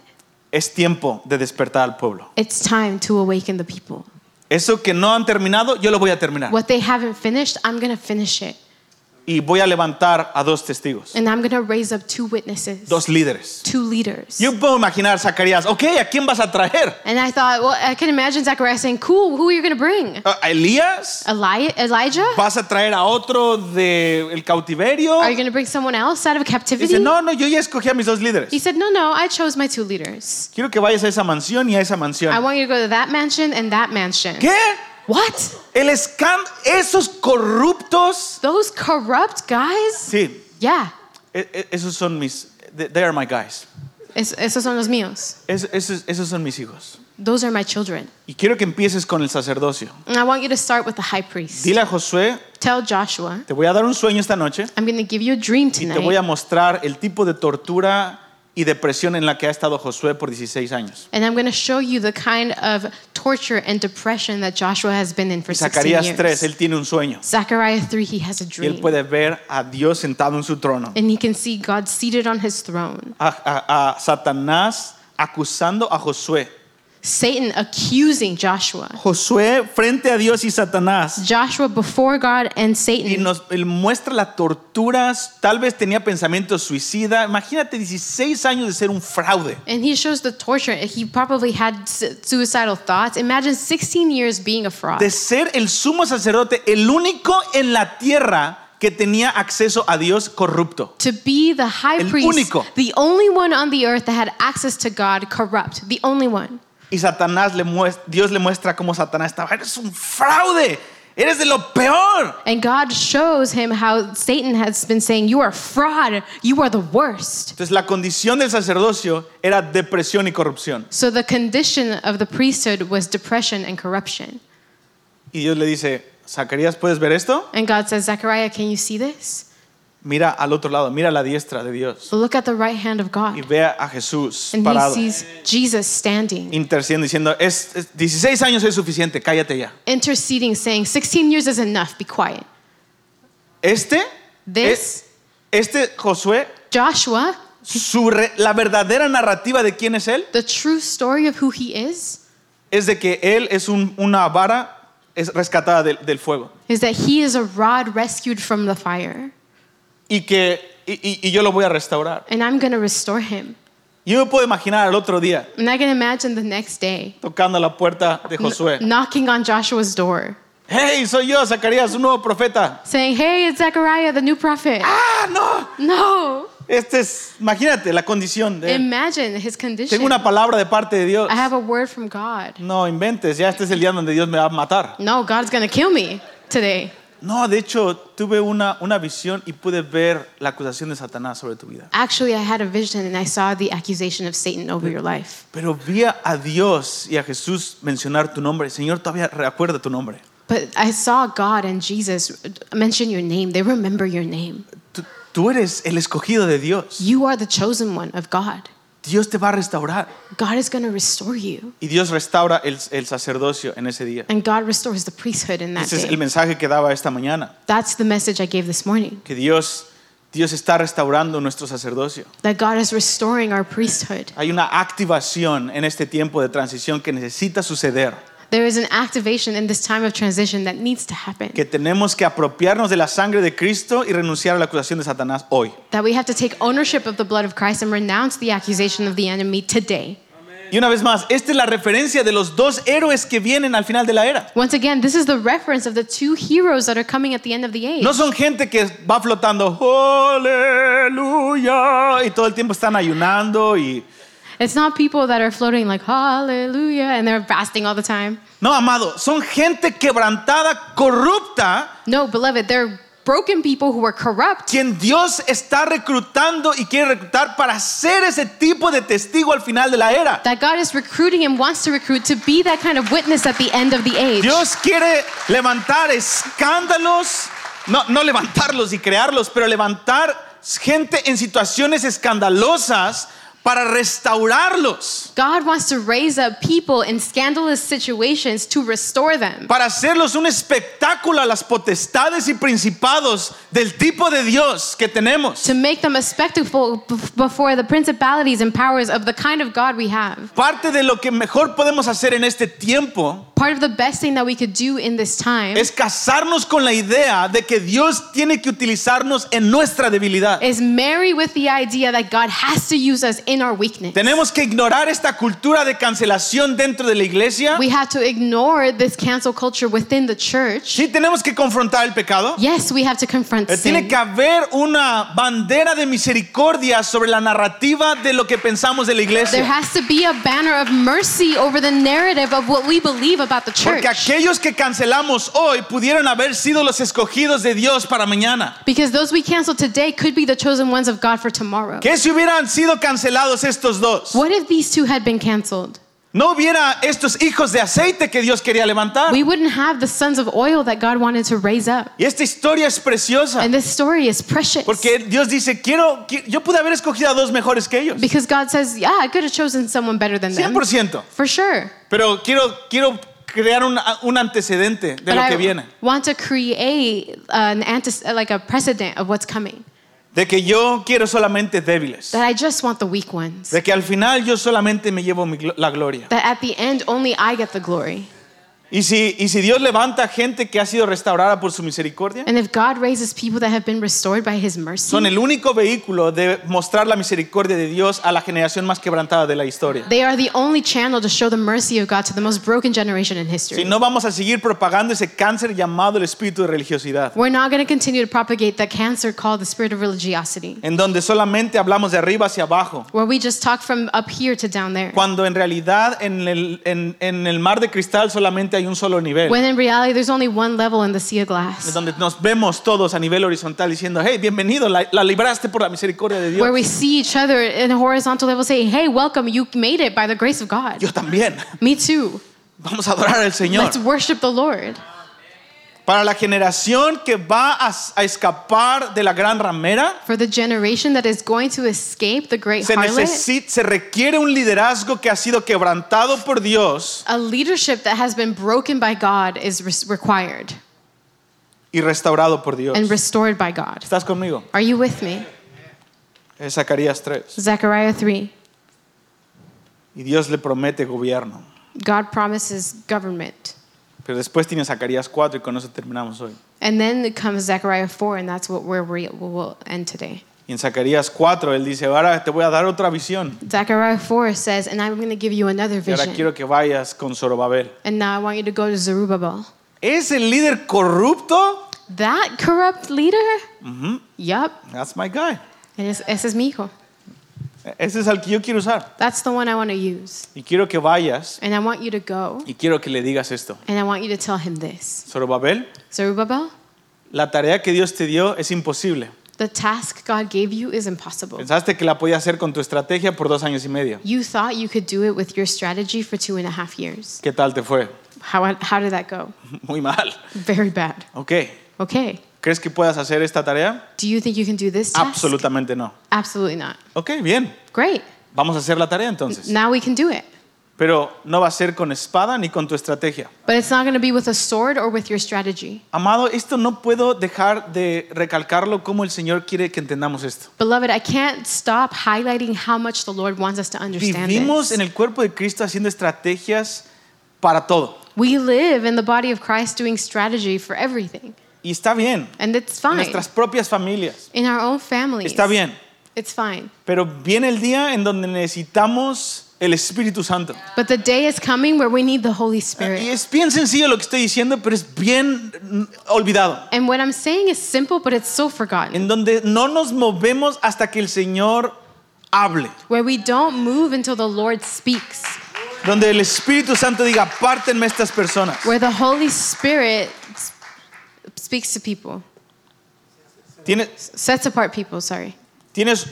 es tiempo de despertar al pueblo.
It's time to awaken the people.
Eso que no han terminado, yo lo voy a terminar.
What they haven't finished, I'm going to finish it.
Y voy a levantar a dos testigos,
And I'm going to raise up two witnesses,
dos líderes.
two leaders.
Yo puedo imaginar, Zacarías, ok, ¿a quién vas a traer?
and I thought, well, I can imagine Zechariah saying, cool, who are you going to bring?
¿A Elías?
Eli- Elijah?
¿Vas a traer a otro del cautiverio?
Are you going to bring someone else out of captivity?
Dice, no, no, yo ya escogí a mis dos líderes.
He said, no, no, I chose my two leaders.
Quiero que vayas a esa mansión y a esa
I
mansión.
want you to go to that mansion and that mansion.
¿Qué?
What?
El escándalo, esos corruptos.
Those corrupt guys?
Sí,
Yeah.
E- e- Esos son mis, they are my guys.
Es- esos son los míos.
Es- esos, esos son mis hijos.
Those are my children.
Y quiero que empieces con el sacerdocio.
And I want you to start with the high priest.
Dile a Josué,
Tell Joshua,
te voy a dar un sueño esta noche
I'm going to give you a dream
y te voy a
tonight.
mostrar el tipo de tortura y depresión en la que ha estado Josué por 16 años.
And I'm going to show you the kind of torture and depression that Joshua has been in for
Y
16
Zacarías 3,
years.
él tiene un sueño.
Zechariah 3, he has a
Y él
dream.
puede ver a Dios sentado en su trono,
And he can see God seated on his throne.
a, a- a Satanás acusando a Josué.
Satan accusing Joshua.
Josué frente a Dios y Satanás.
Joshua before God
Y
and Satan.
nos él muestra las torturas, tal vez tenía pensamientos suicida. Imagínate 16 años de ser un fraude.
And he shows the torture. He probably had su- suicidal thoughts. Imagine 16 years being a fraud.
de ser el sumo sacerdote, el único en la tierra que tenía acceso a Dios corrupto.
To be the high
El
priest,
único.
the only one on the earth that had access to God, corrupt, the only one.
Y Satanás le muest- Dios le muestra cómo Satanás estaba, eres un fraude, eres de lo peor.
And God shows him how Satan has been saying, You are a fraud, you are the worst.
Entonces la condición del sacerdocio era depresión y corrupción.
So the condition of the priesthood was depression and corruption.
Y Dios le dice, Zacarías, ¿puedes ver esto?
And God says, Zechariah, can you see this?
Mira al otro lado, mira a la diestra de Dios
Look at the right hand of
y
God.
vea a Jesús
And he
parado,
sees Jesus standing,
intercediendo, diciendo, es, es- 16 años es suficiente, cállate ya.
interceding, saying, 16 years is enough, be quiet.
Este,
This-
es- este Josué
Joshua,
su re- la verdadera narrativa de quién es él
the true story of who he is,
es de que él es un- una vara es rescatada del, del fuego
is that he is a rod rescued from the fire.
y que y, y- y yo lo voy a restaurar.
and I'm going to restore him.
Yo me puedo imaginar al otro día
And I can imagine the next day
tocando la puerta de
kn-
Josué.
knocking on Joshua's door.
Hey, soy yo, Zacarías, un nuevo profeta.
saying, Hey, it's Zechariah, the new prophet.
Ah, no.
No.
Este es, imagínate la condición de
Em,
él.
Imagine his condition.
Tengo una palabra de parte de Dios.
I have a word from God.
No inventes, ya este es el día donde Dios me va a matar.
No, God's going to kill me today.
No, de hecho, tuve una, una visión y pude ver la acusación de Satanás sobre tu vida.
Actually, I had a vision and I saw the accusation of Satan over your life.
Pero vi a Dios y a Jesús mencionar tu nombre. Señor, todavía recuerda tu nombre.
But I saw God and Jesus mention your name. They remember your name.
Tú, tú eres el escogido de Dios.
You are the chosen one of God.
Dios te va a restaurar.
God is going to restore you.
Y Dios restaura el, el sacerdocio en ese día.
And God restores the priesthood in that
Ese es
day.
el mensaje que daba esta mañana.
That's the message I gave this morning.
Que Dios, Dios está restaurando nuestro sacerdocio.
That God is restoring our priesthood.
Hay una activación en este tiempo de transición que necesita suceder.
There is an activation in this time of transition that needs to happen.
Que tenemos que apropiarnos de la sangre de Cristo y renunciar a la acusación de Satanás hoy.
That we have to take ownership of the blood of Christ and renounce the accusation of the enemy today.
Y una vez más, esta es la referencia de los dos héroes que vienen al final de la era.
Once again, this is the reference of the two heroes that are coming at the end of the age.
No son gente que va flotando, aleluya, y todo el tiempo están ayunando y...
It's not people that are floating like hallelujah and they're fasting all the time.
No, amado, son gente quebrantada, corrupta,
No, beloved, they're broken people who are corrupt
quien Dios está reclutando y quiere reclutar para ser ese tipo de testigo al final de la era.
that God is recruiting and wants to recruit to be that kind of witness at the end of the age.
Dios quiere levantar escándalos, no, no levantarlos y crearlos, pero levantar gente en situaciones escandalosas para restaurarlos,
God wants to raise up people in scandalous situations to restore them,
para hacerlos un espectáculo a las potestades y principados del tipo de Dios que tenemos,
to make them a spectacle b- before the principalities and powers of the kind of God we have.
Parte de lo que mejor podemos hacer en este tiempo
Part of the best thing that we could do in this time
es casarnos con la idea de que Dios tiene que utilizarnos en nuestra debilidad.
is marry with the idea that God has to use us in our weakness.
Tenemos que ignorar esta cultura de cancelación dentro de la iglesia.
We have to ignore this cancel culture within the church.
Sí tenemos que confrontar el pecado.
Yes, we have to confront
Eh, Tiene
sin.
que haber una bandera de misericordia sobre la narrativa de lo que pensamos de la
There
iglesia.
has to be a banner of mercy over the narrative of what we believe about the church.
Porque aquellos que cancelamos hoy pudieron haber sido los escogidos de Dios para mañana.
Because those we cancel today could be the chosen ones of God for tomorrow.
¿Qué si hubieran sido cancelados estos dos?
What if these two had been canceled?
No hubiera estos hijos de aceite que Dios quería levantar.
We wouldn't have the sons of oil that God wanted to raise up.
Y esta historia es preciosa.
And this story is precious.
Porque Dios dice, quiero, qui- yo pude haber escogido a dos mejores que ellos.
Because God says, yeah, I could have chosen someone better than them.
100%.
For sure.
Pero quiero, quiero crear un, un antecedente de
But
lo
I
que viene.
want to create uh, an antes- like a precedent of what's coming.
De que yo quiero solamente débiles.
That I just want the weak ones.
De que al final yo solamente me llevo mi glo- la gloria.
That at the end, only I get the glory.
Y si, y si Dios levanta gente que ha sido restaurada por su misericordia,
And if God raises people that have been restored by his mercy,
son el único vehículo de mostrar la misericordia de Dios a la generación más quebrantada de la historia.
they are the only channel to show the mercy of God to the most broken generation in history.
Si no vamos a seguir propagando ese cáncer llamado el espíritu de religiosidad,
We're not going to continue to propagate that cancer called the spirit of religiosity,
en donde solamente hablamos de arriba hacia abajo,
where we just talk from up here to down there.
cuando en realidad en el, en- en el mar de cristal solamente hay un solo nivel.
When in reality, there's only one level in the sea of
Es
glass,
donde nos vemos todos a nivel horizontal diciendo, hey, bienvenido, la, la libraste por la misericordia de Dios.
where we see each other in a horizontal level say, Hey, welcome, you made it by the grace of God.
Yo también. [laughs]
Me too.
Vamos a adorar al Señor.
Let's worship the Lord.
Para la generación que va a, s- a escapar de la gran ramera,
For the generation that is going to escape the great
se,
harlot.
necesi- se requiere un liderazgo que ha sido quebrantado por Dios
A leadership that has been broken by God is res- required
y restaurado por Dios.
and restored by God.
¿Estás conmigo?
Are you with me?
Es Zacarías 3.
Zechariah 3.
Y Dios le promete gobierno.
God promises government.
Pero después tiene Zacarías 4 y con eso terminamos hoy.
And then it comes Zechariah 4, and that's what we're, we will end today.
Y en Zacarías 4 él dice, ahora te voy a dar otra visión.
Zechariah 4 says, And I'm going to give you another
Y ahora
vision.
quiero que vayas con Zorobabel.
And now I want you to go to Zerubbabel.
¿Es el líder corrupto?
That corrupt leader? Mm-hmm. Yep.
That's my guy. E-,
Eres- ese es mi hijo.
Ese es al que yo quiero usar.
That's the one I want to use.
Y quiero que vayas
And I want you to go
y quiero que le digas esto.
and I want you to tell him this
Zorobabel,
Zerubbabel,
la tarea que Dios te dio es imposible.
the task God gave you is impossible.
Pensaste que la podías hacer con tu estrategia por dos años y medio.
You thought you could do it with your strategy for two and a half years.
¿Qué tal te fue? [laughs]
How, how did that go?
Muy mal.
Very bad.
Ok.
Okay.
¿Crees que puedas hacer esta tarea?
Do you think you can do this task?
Absolutamente no.
Absolutely not.
Ok, bien.
Great.
Vamos a hacer la tarea entonces.
Now we can do it.
Pero no va a ser con espada ni con tu estrategia.
But it's not going to be with a sword or with your strategy.
Amado, esto no puedo dejar de recalcarlo como el Señor quiere que entendamos esto.
Beloved, I can't stop highlighting how much the Lord wants us to understand
Vivimos
this.
en el cuerpo de Cristo haciendo estrategias para todo.
We live in the body of Christ doing strategy for everything.
Y está bien.
And it's
En
fine.
nuestras propias familias.
in our own families.
Está bien.
It's fine.
Pero viene el día en donde necesitamos el Espíritu Santo.
But the day is coming where we need the Holy Spirit.
Y es bien sencillo lo que estoy diciendo, pero es bien mm, olvidado.
And what I'm saying is simple, but it's so forgotten.
En donde no nos movemos hasta que el Señor hable.
Where we don't move until the Lord speaks.
Donde el Espíritu Santo diga, apártenme estas personas.
Where the Holy Spirit s- speaks to people,
Tienes,
sets apart people, sorry.
tienes,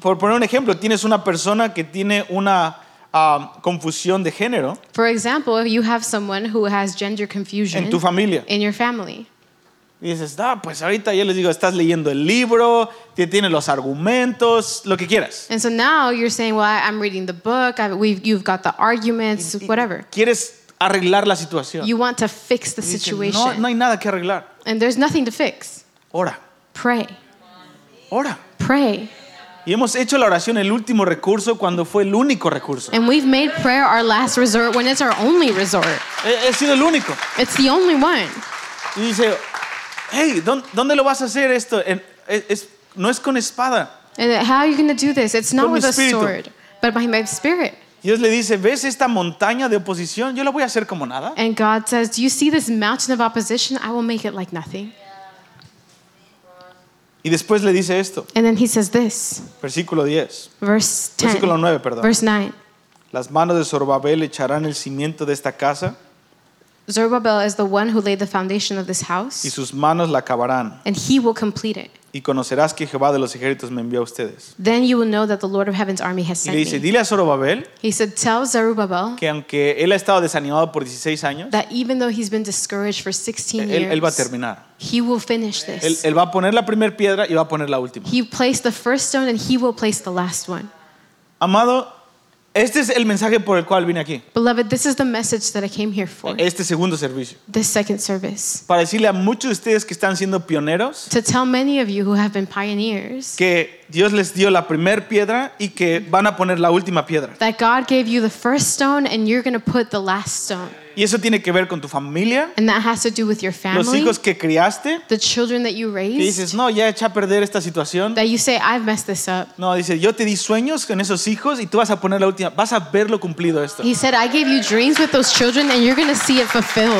por poner un ejemplo, tienes una persona que tiene una ah, confusión de género
For example, if you have someone who has gender confusion
en tu familia.
in your family,
Y dices, ah, pues ahorita yo les digo, estás leyendo el libro, que tiene los argumentos, lo que quieras.
and so now you're saying, "Well, I, I'm reading the book. I, we've, you've got the arguments,
Y
whatever."
Quieres arreglar la situación.
You want to fix the
Y dices, no,
situation,
no hay nada que arreglar.
and there's nothing to fix.
Ora,
Pray,
ora.
pray,
Y hemos hecho la oración el último recurso cuando fue el único recurso.
and we've made prayer our last resort when it's our only resort.
He, he sido el único.
It's the only one.
Y dice, hey, ¿dó- ¿dónde lo vas a hacer esto? En- es- es- no es con espada.
And how are you going to do this? It's
Con
not
mi
with a
espíritu.
sword, but by my spirit.
Dios le dice, ¿ves esta montaña de oposición? Yo la voy a hacer como nada.
And God says, Do you see this mountain of opposition? I will make it like nothing.
Y después le dice esto,
And then he says this,
versículo 10,
verse 10,
versículo 9, perdón.
verse 9.
Las manos de Zorobabel echarán el cimiento de esta casa
Zerubbabel is the one who laid the foundation of this
y
house,
sus manos la acabarán.
and he will complete it.
Y conocerás que Jehová de los ejércitos me envió a ustedes.
Then you will know that the Lord of heaven's army
Y
has sent
le dice,
me.
dile a Zorobabel
He said, Tell Zerubbabel
que aunque él ha estado desanimado por 16 años,
that even though he's been discouraged for 16
él, él va a
years,
terminar.
he will finish
Él,
this.
él va a poner la primera piedra y va a poner la última.
He placed the first stone, and he will place the last one.
Amado, este es el mensaje por el cual vine aquí.
Beloved, this is the message that I came here for.
Este segundo servicio.
this second service
Para decirle a muchos de ustedes que están siendo pioneros
to tell many of you who have been pioneers
que Dios les dio la primera piedra y que van a poner la última piedra.
that God gave you the first stone and you're going to put the last stone.
Y eso tiene que ver con tu familia,
And that has to do with your
los
family,
hijos que criaste.
the children that you
Y
raised,
dices, no, ya echa a perder esta situación.
that you say, I've messed this up.
No, dice, yo te di sueños con esos hijos y tú vas a poner la última. Vas a verlo cumplido esto.
He said, I gave you dreams with those children and you're going to see it fulfilled.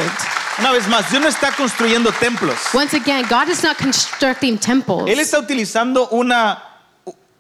Una vez más, Dios no está construyendo templos.
Once again, God is not constructing temples.
Él está utilizando una,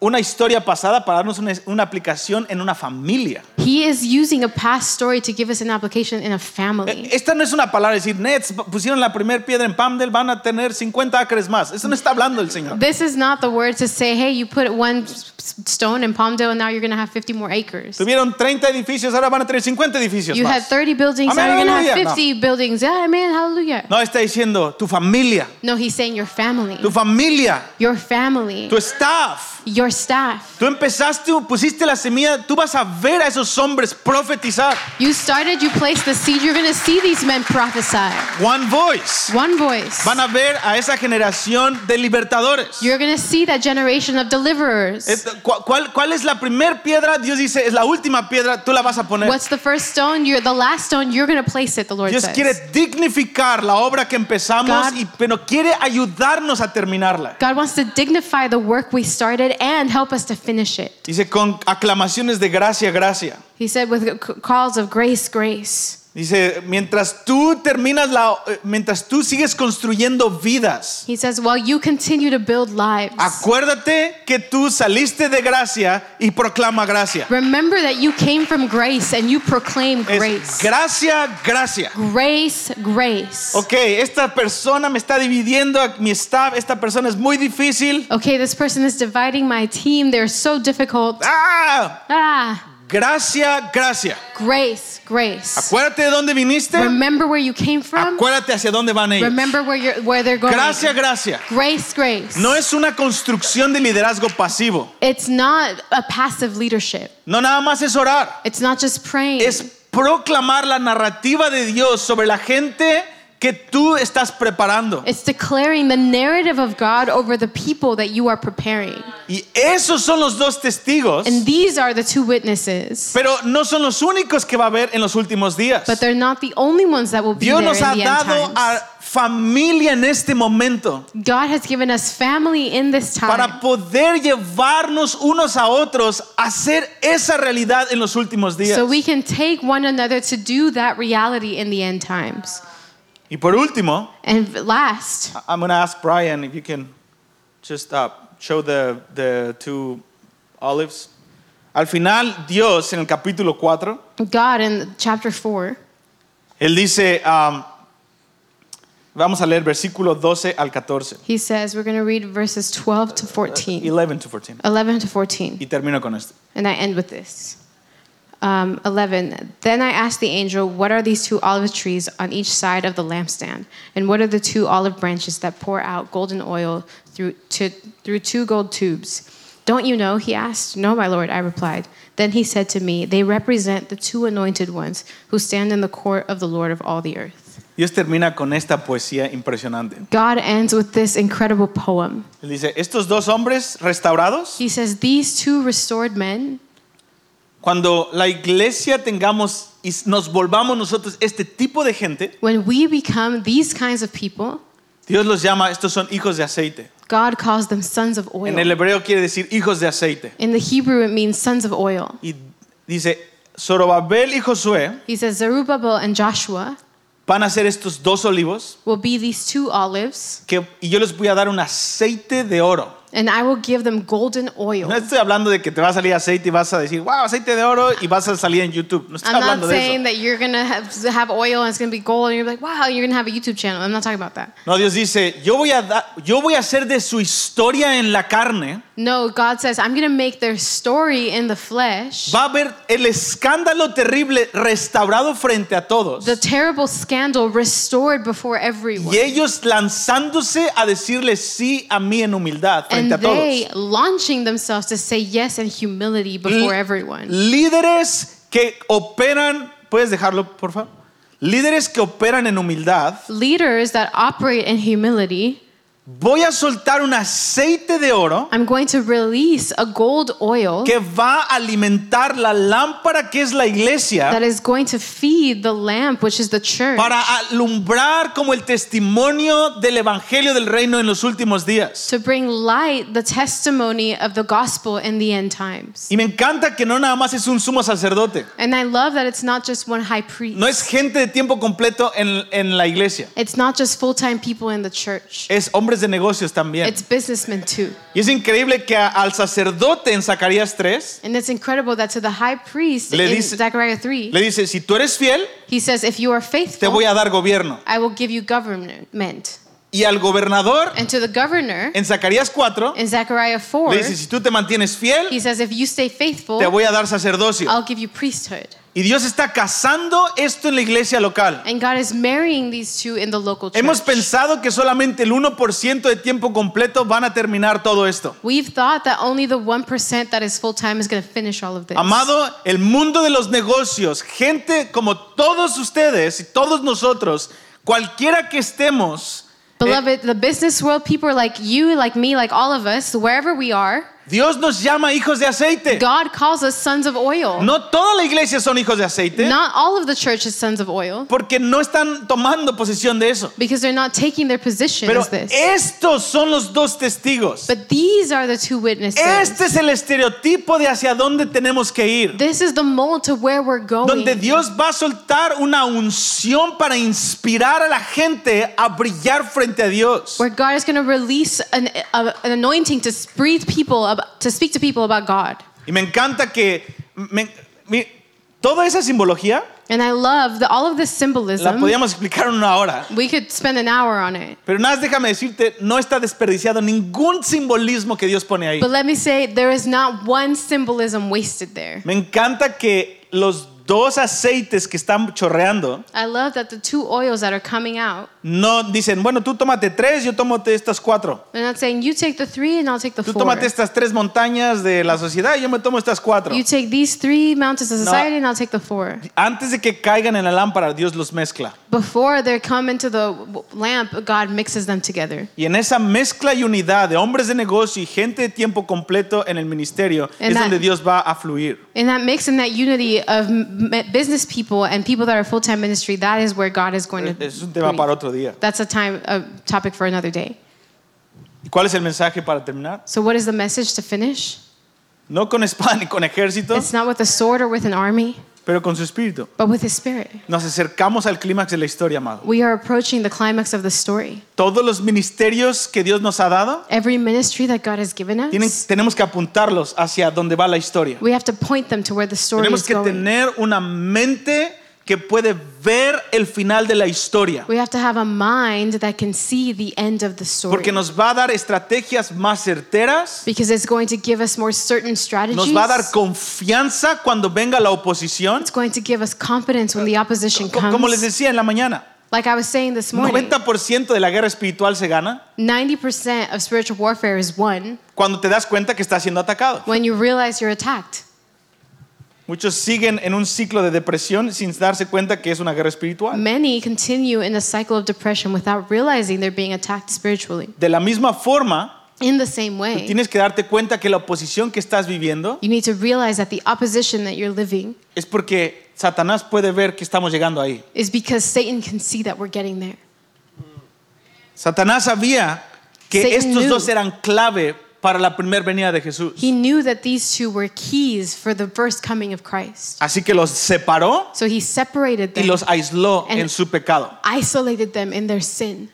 una historia pasada para darnos una, una aplicación en una familia.
He is using a past story to give us an application in a
Eh,
family.
Esta no es una palabra de decir, Nets pusieron la primera piedra en Pamdel, van a tener 50 acres más. Eso no está hablando el
[laughs]
Señor.
This is not the word to say, hey, you put one s- s- stone in Palmdale and now you're going to have 50 more acres.
Tuvieron 30 edificios, ahora van a tener 50 edificios
You had
más.
30
Amen,
buildings, now you're going to
hallelujah.
have 50 buildings. Yeah, amen, hallelujah.
No, está diciendo tu familia,
No, he's saying your family,
tu familia,
your family,
tu staff.
your staff.
Tú empezaste, pusiste la semilla, tú vas a ver a esos hombres profetizar.
You started, you placed the seed, you're going to see these men prophesy.
One voice.
One voice.
Van a ver a esa generación de libertadores.
You're going to see that generation of
Es-
deliverers.
¿cu- ¿Cuál, cuál es la primera piedra? Dios dice, es la última piedra, tú la vas a poner.
What's the first stone? You're the last stone. You're going to place it, the Lord
Dios quiere
says.
dignificar la obra que empezamos,
God-
y, pero quiere ayudarnos a terminarla.
God wants to dignify the work we started and help us to finish it.
Dice, con aclamaciones de gracia, gracia.
He said, with c- calls of grace, grace.
Dice, mientras tú terminas la, eh, mientras tú sigues construyendo vidas,
He says, while you continue to build lives,
acuérdate que tú saliste de gracia y proclama gracia.
remember that you came from grace and you proclaim
Es
grace.
gracia, gracia.
grace, grace.
Ok, esta persona me está dividiendo a mi staff, esta persona es muy difícil.
Okay, this person is dividing my team. They're so difficult.
¡Ah!
Ah,
Gracia, gracia.
grace, grace.
Acuérdate de dónde viniste,
Remember where you came from.
acuérdate hacia dónde van ellos.
Remember where you're where they're going.
Gracia, gracia.
Grace, grace.
No es una construcción de liderazgo pasivo.
It's not a passive leadership.
No nada más es orar.
It's not just praying.
es proclamar la narrativa de Dios sobre la gente que tú estás preparando.
It's declaring the narrative of God over the people that you are preparing.
Y esos son los dos testigos,
And these are the two witnesses.
pero no son los únicos que va a haber en los últimos días.
But they're not the only ones that will be
Dios
there
nos
in
ha
the end
dado
times.
a familia en este momento
God has given us family in this
para
time
poder llevarnos unos a otros a hacer esa realidad en los últimos días.
so we can take one another to do that reality in the end times.
Y por último,
And last,
I'm going to ask Brian if you can just uh, show the, the two olives. Al final, Dios en el capítulo 4,
God in chapter 4,
él dice, um, vamos a leer versículo 12 al 14,
he says, we're going to read verses 12 to 14,
11 to 14,
11 to 14.
y termino con esto.
And I end with this. Um, 11. Then I asked the angel, What are these two olive trees on each side of the lampstand? And what are the two olive branches that pour out golden oil through, to, through two gold tubes? Don't you know? He asked. No, my lord, I replied. Then he said to me, They represent the two anointed ones who stand in the court of the Lord of all the earth.
Dios termina con esta poesía impresionante.
God ends with this incredible poem.
Él dice, estos dos hombres restaurados,
He says, These two restored men,
cuando la iglesia tengamos y nos volvamos nosotros este tipo de gente,
when we become these kinds of people,
Dios los llama, estos son hijos de aceite.
God calls them sons of
En el
oil.
hebreo quiere decir hijos de aceite.
In the Hebrew, it means sons of oil.
Y dice, Zorobabel y Josué
He says Zerubbabel and Joshua
van a ser estos dos olivos
will be these two olives,
que, y yo les voy a dar un aceite de oro.
and I will give them golden
No
oil.
estoy hablando de que te va a salir aceite y vas a decir, wow, aceite de oro y vas a salir en YouTube. No estoy
I'm
hablando
not
de
saying
eso.
that you're gonna have, have oil and it's gonna be gold, and you're like, wow, you're gonna have a YouTube channel. I'm not talking about that.
No, Dios dice, yo voy, a da- yo voy a hacer de su historia en la carne,
No, God says, I'm gonna make their story in the flesh,
va a haber el escándalo terrible restaurado frente a todos.
the terrible scandal restored before
Y
everyone.
ellos lanzándose a decirle sí a mí en humildad
And
frente a todos.
they launching themselves to say yes in humility before everyone.
Líderes que operan, puedes dejarlo, por favor. Líderes que operan en humildad.
leaders that operate in humility,
Voy a soltar un aceite de oro
I'm going to release a gold oil
que va a alimentar la lámpara que es la iglesia
that is going to feed the lamp, which is the church,
para alumbrar como el testimonio del evangelio del reino en los últimos días.
to bring light the testimony of the gospel in the end times.
Y me encanta que no nada más es un sumo sacerdote.
And I love that it's not just one high priest,
No es gente de tiempo completo en, en la iglesia.
it's not just full time people in the church,
Es hombres de negocios también.
it's businessmen too.
Y es increíble que a- al sacerdote en Zacarías 3
And it's incredible that to the high priest
Le
in
dice-
Zechariah 3,
le dice, si tú eres fiel,
he says, If you are
te
faithful,
voy a dar gobierno.
I will give you government.
Y al gobernador
And to the governor
en Zacarías 4
in Zechariah 4,
le dice, si tú te mantienes fiel,
He says, if you stay faithful,
te voy a dar sacerdocio.
I'll give you priesthood.
Y Dios está casando esto en la iglesia local.
And God is marrying these two in the local church.
Hemos pensado que solamente el 1% de tiempo completo van a terminar todo esto.
We've thought that only the 1% that is full time is going to finish all of this.
Amado, eh, el mundo de los negocios, gente como todos ustedes y todos nosotros, cualquiera que estemos, eh,
Beloved, the business world, people like you, like me, like all of us, wherever we are,
Dios nos llama hijos de aceite.
God calls us sons of oil.
Eh. No toda la iglesia son hijos de aceite
Not all of the church is sons of oil
porque no están tomando posesión de eso.
because they're not taking their position
Pero
as this.
estos son los dos testigos.
but these are the two witnesses.
Este es el estereotipo de hacia dónde tenemos que ir.
this is the mold to where we're going.
Donde Dios va a soltar una unción para inspirar a la gente a brillar frente a Dios.
where God is going to release an, a, an anointing to breathe people ab- to speak to people about God.
Y me encanta que me- mi- toda esa simbología
And I love that all of this
la
symbolism.
podíamos explicar en una hora.
we could spend an hour on it.
Pero nada más déjame decirte, no está desperdiciado ningún simbolismo que Dios pone ahí.
But let me say there is not one symbolism wasted there.
Me encanta que los dos aceites que están chorreando
I love that the two oils that are coming out,
no dicen, bueno, tú tómate tres, yo tómate estas cuatro.
they're not saying you take the three and I'll take the
Tú
four.
tómate estas tres montañas de la sociedad y yo me tomo estas cuatro.
You take these three mountains of
No.
society and I'll take the four.
Antes de que caigan en la lámpara, Dios los mezcla.
Before they come into the w- lamp, God mixes them together.
Y en esa mezcla y unidad de hombres de negocio y gente de tiempo completo en el ministerio
En
es
la-
donde Dios va a fluir.
And that mix and that unity of m- m- business people and people that are full time ministry, that is where God is going to.
Es un tema
breathe.
para otro día.
That's a time a topic for another day.
¿Y cuál es el mensaje para terminar?
So, what is the message to finish?
No con espada [laughs] ni con ejército,
It's not with a sword or with an army,
pero con su espíritu.
but with His Spirit.
Nos acercamos al clímax de la historia, amado.
We are approaching the climax of the story.
Todos los ministerios que Dios nos ha dado,
Every ministry that God has given us,
tienen- tenemos que apuntarlos hacia donde va la historia.
we have to point them to where the story
Tenemos
is
que
going.
tener una mente que puede ver el final de la historia,
We have to have a mind that can see the end of the story.
porque nos va a dar estrategias más certeras,
because it's going to give us more certain strategies.
nos va a dar confianza cuando venga la oposición.
it's going to give us confidence when the opposition
Co-
comes.
Como les decía en la mañana,
like I was saying this morning,
90% de la guerra espiritual se gana
90% of spiritual warfare is won
cuando te das cuenta que estás siendo atacado.
when you realize you're attacked.
Muchos siguen en un ciclo de depresión sin darse cuenta que es una guerra espiritual.
Many continue in a cycle of depression without realizing they're being attacked spiritually.
De la misma forma,
In the same way,
tienes que darte cuenta que la oposición que estás viviendo
You need to realize that the opposition that you're living
es porque Satanás puede ver que estamos llegando ahí.
is because Satan can see that we're getting there.
Satanás sabía que
Satan
estos
knew.
dos eran clave para la primera venida de Jesús.
He knew that these two were keys for the first coming of Christ.
Así que los separó
So he separated
y
them,
los aisló
And-
en su pecado.
isolated them in their sin.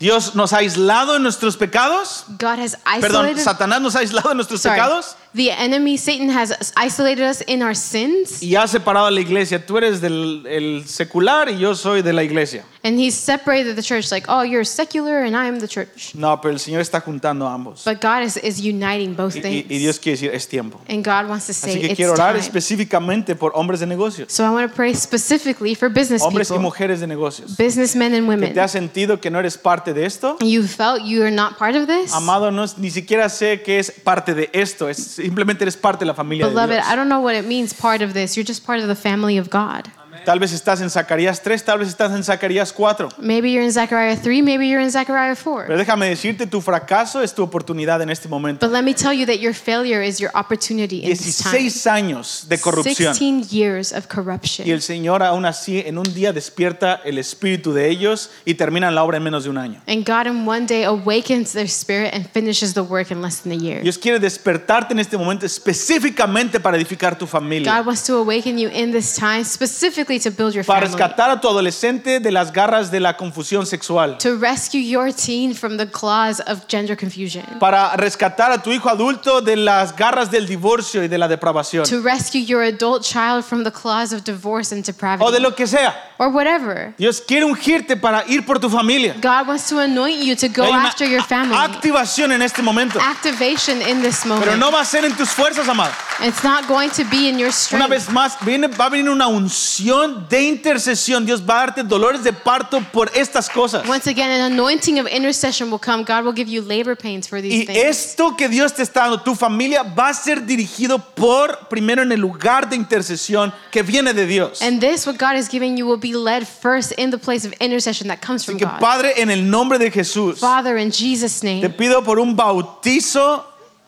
Dios nos ha aislado en nuestros pecados.
God has
Perdón,
isolated
Satanás nos ha aislado en nuestros
sorry,
pecados
the enemy Satan has isolated us in our sins
y ha separado a la iglesia. Tú eres del el secular y yo soy de la iglesia.
and he's separated the church like, "Oh, you're secular and I'm the church."
No, pero el Señor está juntando a ambos.
But God is, is uniting both
Y, y-
things.
y Dios quiere decir, es tiempo.
and God wants to say
Así que
it's
quiero orar
time.
específicamente por hombres de negocios,
So I want to pray specifically for business
hombres y
people,
mujeres de negocios.
businessmen and
Que
women.
te has sentido que no eres parte de esto.
You felt you are not part of this?
Amado, no, es- ni siquiera sé que es parte de esto, es, simplemente eres parte de la familia de
Beloved, I
Dios.
don't know what it means part of this. You're just part of the family of God.
Tal vez estás en Zacarías 3, tal vez estás en Zacarías 4.
Maybe you're in Zechariah 3, maybe you're in Zechariah 4.
Pero déjame decirte, tu fracaso es tu oportunidad en este momento.
But let me tell you that your failure is your opportunity in this time.
16 años de corrupción.
16 years
Y
of
el
corruption.
Señor aún así en un día despierta el espíritu de ellos y terminan la obra en menos de un año.
And God in one day awakens their spirit and finishes the work in less than a year.
Dios quiere despertarte en este momento específicamente para edificar tu familia,
God wants to awaken you in this time specifically to build your
para
family,
rescatar a tu adolescente de las garras de la confusión sexual,
to rescue your teen from the claws of gender confusion,
para rescatar a tu hijo adulto de las garras del divorcio y de la depravación,
to rescue your adult child from the claws of divorce and
o de
depravity,
lo que sea.
or whatever.
Dios quiere ungirte para ir por tu familia.
God wants to anoint you to go
Hay una
after your family.
a- activación en este momento,
Activation in this
pero
moment.
no va a ser en tus fuerzas, amado.
It's not going to be in your
Una
strength.
vez más, viene- va a venir una unción de intercesión. Dios va a darte dolores de parto por estas cosas.
Once again, an anointing of intercession will come. God will give you labor pains for these
Y
things.
esto que Dios te está dando, tu familia, va a ser dirigido por, primero, en el lugar de intercesión que viene de Dios. Así
and this, what God is giving you, will be led first in the place of intercession that comes from
que,
God.
Padre, en el nombre de Jesús,
Father, in Jesus'
te
name,
pido por un bautizo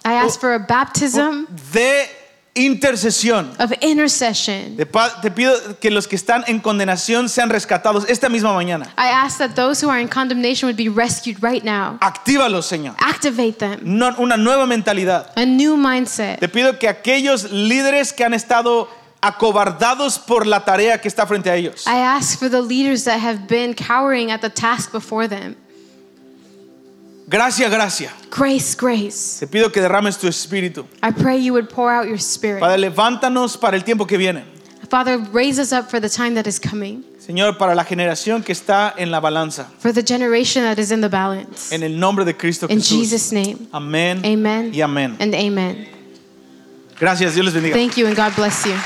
I asked for a baptism
de intercesión.
of intercession.
Te pa- te pido que los que están en condenación sean rescatados esta misma mañana.
I asked that those who are in condemnation would be rescued right now.
Actívalos, Señor.
Activate them.
No- una nueva mentalidad.
A new mindset.
Te pido que aquellos líderes que han estado acobardados por la tarea que está frente a ellos,
I ask for the leaders that have been cowering at the task before them.
gracia, gracia.
Grace, grace.
Te pido que derrames tu espíritu.
I pray you would pour out your spirit.
Padre, levántanos para el tiempo que viene.
Father, raise us up for the time that is coming,
Señor, para la generación que está en la balanza.
for the generation that is in the balance.
En el nombre de Cristo
In
Jesús.
Jesus' name.
Amén.
Amen.
Y amén.
And amen.
Gracias, Dios les bendiga.
Thank you and God bless you.